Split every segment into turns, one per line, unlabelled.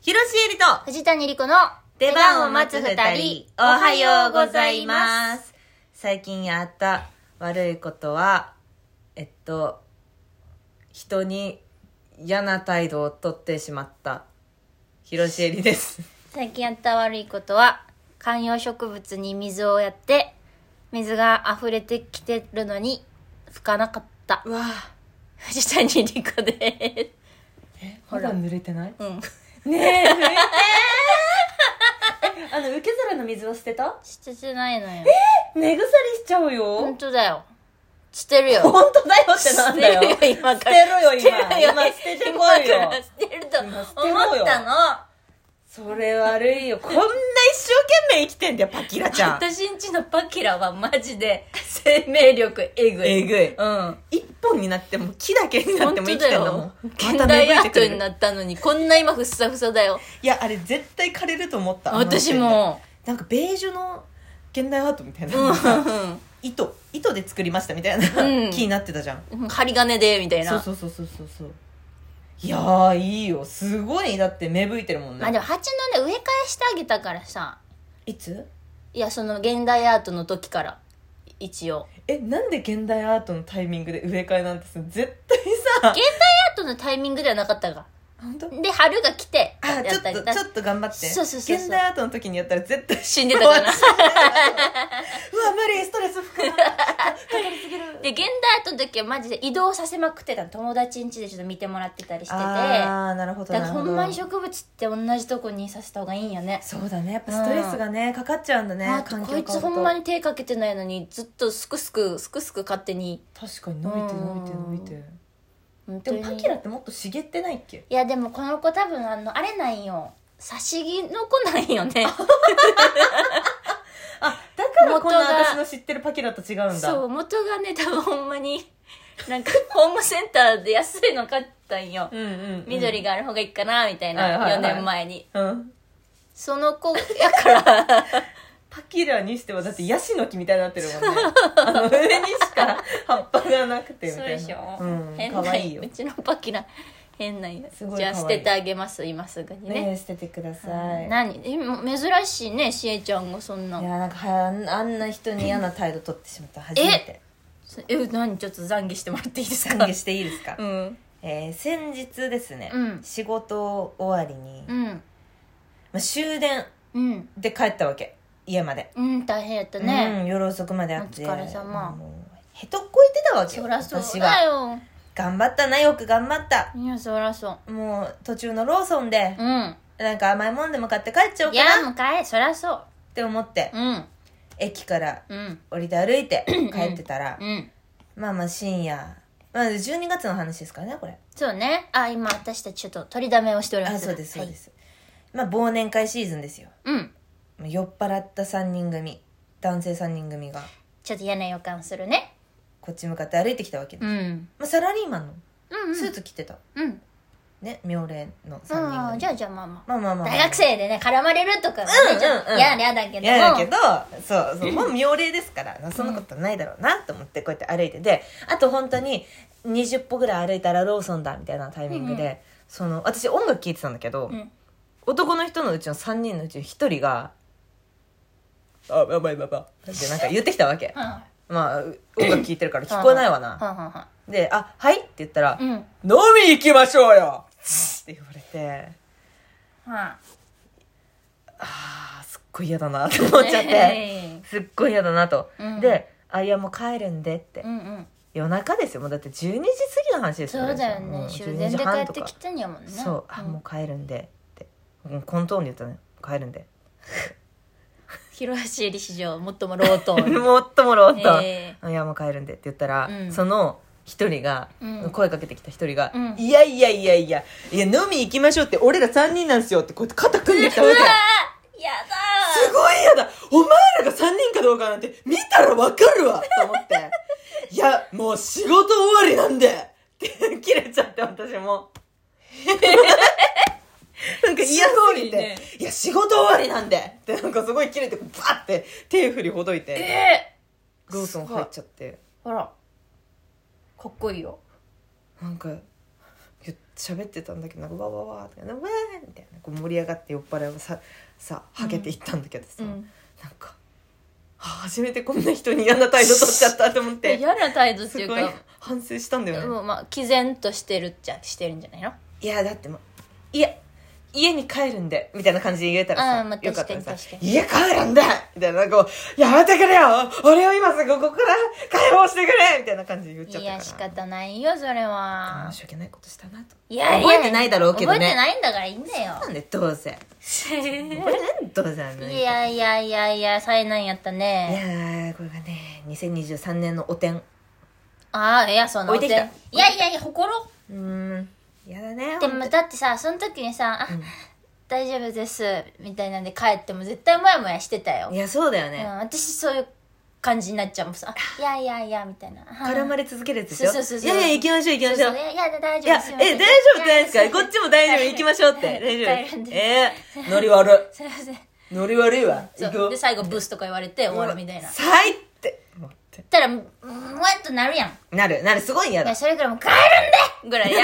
ひろしえりと
藤谷莉子の
出番を待つ二人、おはようございま。す。最近やった悪いことは、えっと、人に嫌な態度をとってしまった、ひろしえりです。
最近やった悪いことは、観葉植物に水をやって、水が溢れてきてるのに、拭かなかった。
うわ
藤谷莉子で
え、
ほら
濡れてない
す。うん。
ねえ、濡れてあの、受け皿の水を捨てた
捨ててないのよ。
寝腐りしちゃう
ほん
よ。
とだよ。捨てる
本
よ。
当だよってなんだよ。
捨てるよ、今
捨て
から。
ろよ、今。今捨ててこい
今
よ
から。捨てると思
今
っ
捨てろよ
たの。
それ悪いよ。こんな一生懸命生きてんだよ、パキラちゃん。
私んちのパキラはマジで生命力えぐい。
えぐい。
うん。
一本になっても木だけになっても生きてんだもん。
現
また
代
芽
ア
吹いてく
ート
れ
に
る。
なったのに、こんな今ふさふさだよ。
いや、あれ絶対枯れると思った。あの時
私
点で。
も。
なんかベージュの現代アートみたいな。
う
糸、糸で作りましたみたいな
うん
木になってたじゃん。
ん。針金で、みたい
そう
な。
そうそうそうそうそう。いやー、いいよ。すごい、だって芽吹いてるもん
まあで
ね。
も蜂のね、植え替えしてあげたからさ。
いつ
いや、その現代アートの時から。一応。
え、なんで現代アートのタイミングで植え替えなんてさ、絶対さ
現代、アートのタイミングではなかったが。
本当
で、春が来て、
あちょっとちょっと頑張って
そうそうそうそう
現代アートの時にやったら絶対
死んでたから
うわ死んでた うわ無理ストレス膨らむかかりすぎる
で、現代アートの時はマジで移動させまくってたの。友達ん家でちょっと見てもらってたりしてて。だ
ああなるほど
か
な
ら
るほ
ほ
ど
んまに植物って同じとこにさせた方がいいんよね。
そうだねやっぱストレスがね、かかっちゃうんだね
あと
環境
こいつほんまに手かけてないのにずっとすくすくすくすく勝手に
確かに伸びて伸びて伸びて
本当
で
に
もパキラってもっと茂ってないっけ
いやでもこの子多分あのあれないよ刺し木の子ないよね
あだからこんな
元が
私の知ってるパキラと違うんだ
そう元がね多分ほんまになんかホームセンターで安いの買ったんよ、
うんうん、うん、
緑
が
がある方がいいかなみたい
はい
な、
はいはい
4年前に
うん
その子やから
パキラにしてはだってヤシの木みたいになってるもんねあの上にしか葉っぱがなくてみ
そう
たい
で
な
しょ、
うん、
変
かわ
ない
いよ
うちのパキラ変ないよ
すごい
じゃあ
可愛い
捨ててあげます今すぐにね
ねえ捨ててください、
何えも珍しいねしえちゃんがそんない
やなんかはあんあんな人に嫌な態度取ってしまった初めて
そえ何ちょっと懺悔してもらっていいですか
懺悔していいですか、
うん
えー先日ですね、
うん
仕事終わりに、
う
ま
ん
あ、終電
うん
で帰ったわけ家まで、
うん大変やったね、
うん、夜遅くまであって
お疲れ様
もうへとっこいてたわけよ
そらそ
私
うだ
は
よ
頑張ったなよく頑張った
いやそらそう
もう途中のローソンで、
うん
なんか甘いもんでも買って帰っちゃおう
いや
かな
もう帰れそらそう
って思って、
うん
駅から
うん
降りて歩いて帰ってたら、
うん
まあまあ深夜、まあ、12月の話ですからねこれ
そうねあ今私たちちょっと取りだめをしておりま
あ
す
そうですそうです、まあ忘年会シーズンですよ
はい、うん
もう酔っ払った3人組男性3人組が
ちょっと嫌な予感するね
こっち向かって歩いてきたわけで
う
す、
ん
まあ、サラリーマン
うんう
の
ん
スーツ着てた、
うん
ね妙齢の3人組
ああじゃあじゃあまあまあ
まあまあまあ、
大学生でね絡まれるとかはね
うん
ちょっ
うんう
と
ん
嫌だ嫌だけど
嫌だけどそうそうもう妙齢ですから まあそんなことないだろうなと思ってこうやって歩いててあと本当に20歩ぐらい歩いたらローソンだみたいなタイミングで、
うんう
その私音楽聴いてたんだけど、
うん
男の人のうちの3人のうちの1人が「あやばいやばいやばい」ってなんか言ってきたわ け
はいはい
まあう音楽聴いてるから聞こえないわ
は
な
はは
で「あはい」って言ったら「
うん
飲み行きましょうよ!」って言われて
は
あーすっごい嫌だなって思っちゃ って
え
すっごい嫌だなと、
うん
で「あいやもう帰るんで」って、
えうんうん
夜中ですよもうだって12時過ぎの話です
そうだよね
もう
終
12
電
時
で帰
半
っ
と
て
か
きたんやもんね
そう、あ、
ん
もう帰るんでって、もうコントーンで言ったのよ帰るんで。
広橋入市場もっともロー トン
もっともろっと、
え
いや、もう帰るんでって言ったら、
うん
その一人が、
うん
声かけてきた一人が、
うん
いやいやいやいや、いや、飲み行きましょうって、俺ら三人なんですよって、こうやって肩組んできたわけ。
ーやだ
すごい嫌だお前らが三人かどうかなんて、見たらわかるわと思って。いや、もう仕事終わりなんでって、 切れちゃって、私 も。なんか嫌そうに
すごいね
て、いや、仕事終わりなんでって、なんかすごい切れて、バーって手振りほどいて。
ーえ
ローソン入っちゃって
ーほらかっこいいよ
なんか言っ喋ってたんだけどなんかわわわとか「わー!」みたいなこう盛り上がって酔っ払いはささはけていったんだけどさ、
うん、
なんか、はあ初めてこんな人に嫌な態度取っちゃったと思って
嫌な態度ってい
す
う
ごい
か
反省したんだよね、
もうまあ毅然としてるっちゃしてるんじゃないの
いやだってもういや家に帰るんでみたいな感じで言えたらさ、
あーまあ
よかったらさ
確かに確か
家帰るんでみたいなこうやめてくれよ俺を今すぐここから解放してくれみたいな感じで言っちゃった
い
から
や仕方ないよそれ
あ
は
ー申し訳ないことしたなと
いやいや
覚えてないだろうけどね
覚えてないんだからいいんだよ
なんでどうせ覚えてないどうせあんなに
いやいやいやいや災難やった
いや
ね
ーこれがね2023年のおてん
ああいやその
置いてきた
でいやいやいやほころ
うーんやだね
で
ほんと
もだってさその時にさ「あ、大丈夫です」みたいなんで帰っても絶対モヤモヤしてたよ、
いやそうだよ
うん、
ね、
私そういう感じになっちゃうもんさ「いやいやいや」みたいな
絡ま
れ
れ続けるやつでしょ
そうそうそうそう
やいや行きましょう行きましょう
いやいや大
い
丈夫
や
です、
え、大丈夫ですかこっちも大丈夫、行きましょうって。大丈
帰るん
夫。
で
えー、ノリ悪
すいません
い。ノリ悪いわ。
そ
行
う
くよ
で。最後ブスとか言われて終わるみたいなそし
最って。思って
たらもわっとなるやん
なる、なる、すごい嫌
いや
だ。
それからいもう帰るんでぐら いや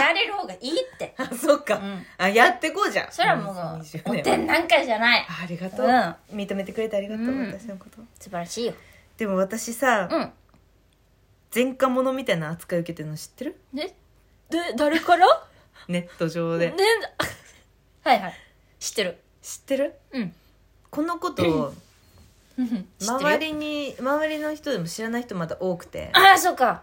やれる方がいいって
あ、そっか
ん。
あ、やってこうじゃん。
それはもう
2020
お
年
てんなんかじゃない
あありがとう。
う
認めてくれてありがと
う
う、
ん
私のこと。
素晴らしいよ
でも私さ
う、ん
前科者みたいな扱い受けてるの知ってる
でで誰から
ネット上
ね
で。
はいはい知ってる
知ってる
うん
このことを、
知って
周
るよ
りに、周りの人でも知らない人まだ多くて。
ああそうか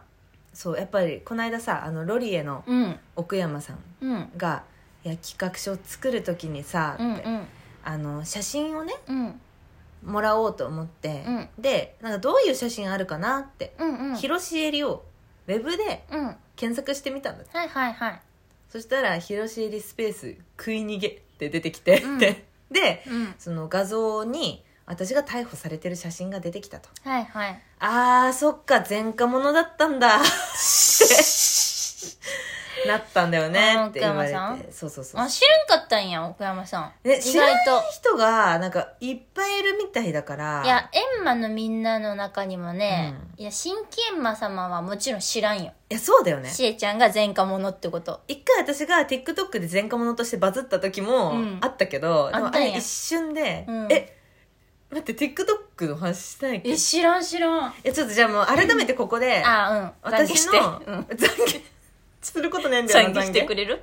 そう、やっぱり、この間さ、あの、ロリエの
うん
奥山さん
うん
が「いや企画書を作る時にさ」
うんう
って
ん
あの写真をね
うん
もらおうと思って、
うん
でなんかどういう写真あるかなって、
うんうん
広しえりをウェブで
うん
検索してみたんだ
はいはいはい
そしたら「広しえりスペース食い逃げ」って出てきて、
うん
でで
うん
その画像に私が逮捕されてる写真が出てきたと
はいはい
あーそっか前科者だったんだって なったんだよねって言われ
あ奥山
てそうそうそう
あ知らんかったんや奥山さん
ね、
意
知ら
外
ない
と
人がなんかいっぱいいるみたいだから
いやエンマのみんなの中にもね、いや新規エンマ様はもちろん知らんよ
いやそうだよね
しえちゃんが前科者ってこと
一回私が TikTok で前科者としてバズった時も
うん
あったけど、でも
あったんや
れ一瞬で、
うん
え待って TikTok の話してないっけ
え知らん知らん
えちょっとじゃあもう改めてここで、
あうん
私の懺
懺
悔することねえん
悔
だ
して
よ
うん
な
懺悔してく
れ
れる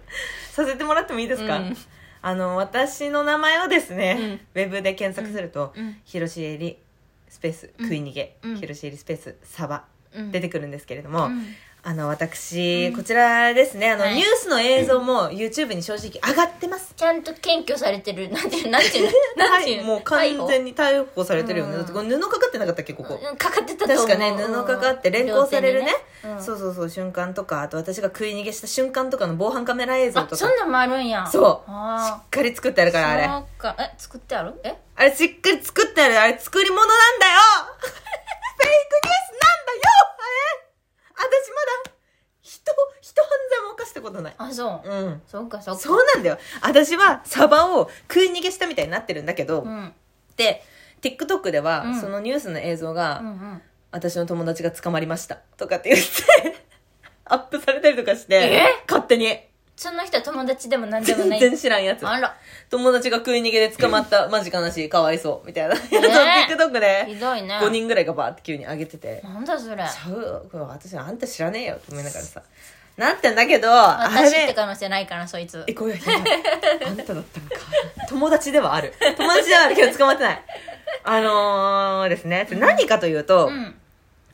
させてもらってもいいですか、
うん
あの私の名前をですね、ウェブで検索すると
うん
「広しえりスペース食い逃げ」
うん
広しえりスペースサバ」
うん
出てくるんですけれども、
うん
あの私、
うん
こちらですねあの、
はい
ニュースの映像も YouTube に正直上がってます
ちゃんと検挙されてる なんていうなんていうのなん
は
ていう
い
の
もう完全に逮捕されてるよね、
うん
だってこれ布かかってなかったっけここ、
うんかかってたと思
確か
う
ね
うん
布かかって連行されるね
両手にねうん
そうそうそう瞬間とかあと私が食い逃げした瞬間とかの防犯カメラ映像
あ
とかし
そんなんもあるんや
そう
あ
っかり作ってある
あ
からあれ
そうかえ作ってあるえ
あれしっかり作ってあるあれ作り物なんだ よフェイクニュースなんだよあれ私まだ人人犯罪も犯したことない
あそう、
うん
そうかそうか
そうなんだよ。私はサバを食い逃げしたみたいになってるんだけど、
うん
で、TikTok では、
うん
そのニュースの映像が、
うんうん
私の友達が捕まりましたとかって言って、 アップされたりとかして
え、
勝手に、
その人は友達でも何でもな
全
い
然知らんやつ。
あら
友達が食い逃げで捕まった、マジ悲しい、かわいそう、みたい なやつを TikTok で、
ひどいね
5人ぐらいがバーって急に上げてて、
なんだそれ
ちゃう、これ私あんた知らねえよ、と思いながらさ、なってんだけど、
私って
あれ
可能性ないからそいつ
えこれやばいあんただったのか友達ではある友達ではあるけど捕まってないあのー、ですね何かというと、
うん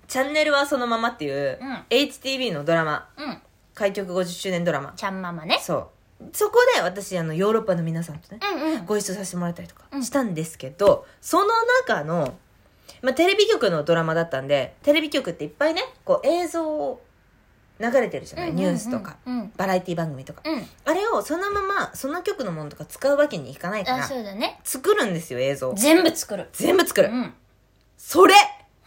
チャンネルはそのままっていう、
うん
HTV のドラマ
うん
開局50周年ドラマ
ちゃんママね
そうそこで私あのヨーロッパの皆さんとね
うんうん
ご一緒させてもらったりとかしたんですけど、その中の、まあ、テレビ局のドラマだったんでテレビ局っていっぱいねこう映像を流れてるじゃない、ニュースとか、
うん
バラエティ番組とか、
うん
あれをそのままその曲のものとか使うわけにいかないか
あ
ら
そうだね
作るんですよ映像
全部作る
全部作
う
る、
ん
それ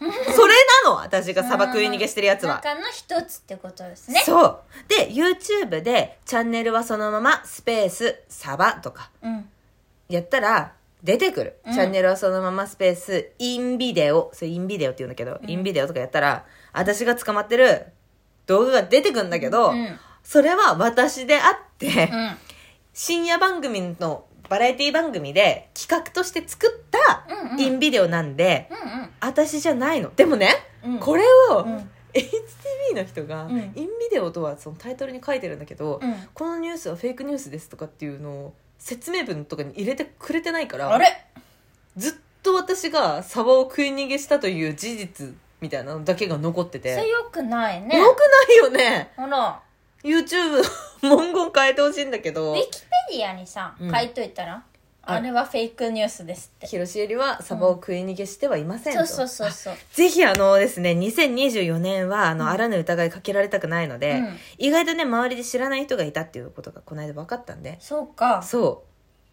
それなの私が砂漠に逃げしてるやつは、
中の一つってことですね
そうで YouTube でチャンネルはそのままスペースサバとか
うん
やったら出てくる、
うん
チャンネルはそのままスペースインビデオそれインビデオって言うんだけど、インビデオとかやったら私が捕まってる動画が出てくるんだけど、
うん
それは私であって、
うん
深夜番組のバラエティ番組で企画として作った
うんうん
インビデオなんで、
うん
私じゃないのでもね、
うんうん
これを、
うん
HTV の人が、
うん
インビデオとはそのタイトルに書いてるんだけど、
うん
このニュースはフェイクニュースですとかっていうのを説明文とかに入れてくれてないから
あれ
ずっと私がサバを食い逃げしたという事実みたいなのだけが残ってて、
強くないね
よくないよね
ほら
YouTube の文言変えてほしいんだけ
ウ
ど
ィキペディアにさ
うん
書いといたらあれはフェイクニュースですって
広重はサバを食い逃げしてはいませんと、
そうそうそうそう
ぜひあのですね、2024年はあの、あらぬ疑いかけられたくないので、
うん
意外とね、周りで知らない人がいたっていうことがこの間分かったんで。
そうか
そ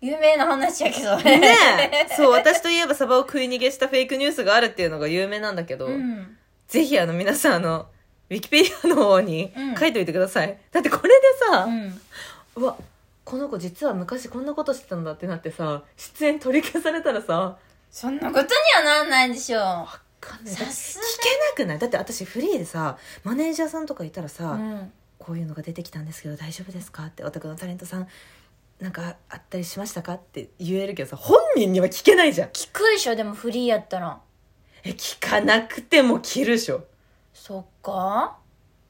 有名な話やけ ど
う。
ね
ねえそう、私といえばサバを食い逃げしたフェイクニュースがあるっていうのが有名なんだけど、
うん
ぜひあの皆さんあの、ウィキペディアの方に
うん
書いておいてください。だってこれでさ、
う
うんわ、この子実は昔こんなことしてたんだってなってさ、出演取り消されたらさ、
そんなことにはなんないでしょ
わかんない。
さ
だって
す
聞けなくないだって私フリーでさ、マネージャーさんとかいたらさ、
がうん
こういうのが出てきたんですけど大丈夫ですかってお宅のタレントさんなんかあったりしましたかって言えるけどさ本人には聞けないじゃん
聞くでしょでもフリーやったら
え聞かなくても切るでしょ
そっか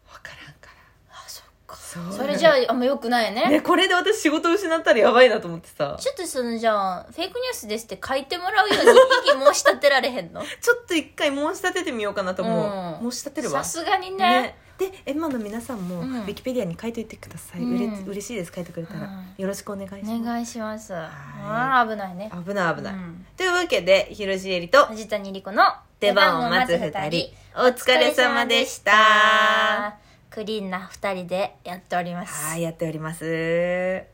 分からんから
あそっか
そうなの
それじゃああんまよくないね
ねこれで私仕事失ったらやばいなと思ってさ
ちょっとそのじゃあフェイクニュースですって書いてもらうように意気申し立てられ へんの
ちょっと一回申し立ててみようかなと思う、
うん
申し立てるわ
さすがにね
でエマの皆さんもウ
うん
ィキペディアに書いておいてください、
う
うんれ嬉しいです書いてくれたら、
うん
よろしくお願いします
お願いしますあら危ないね
危ない危ない、
うん
というわけで広重えりと
藤谷莉子の
出番を待つ二人お疲れ様でした
クリーンな二人でやっております
はいやっております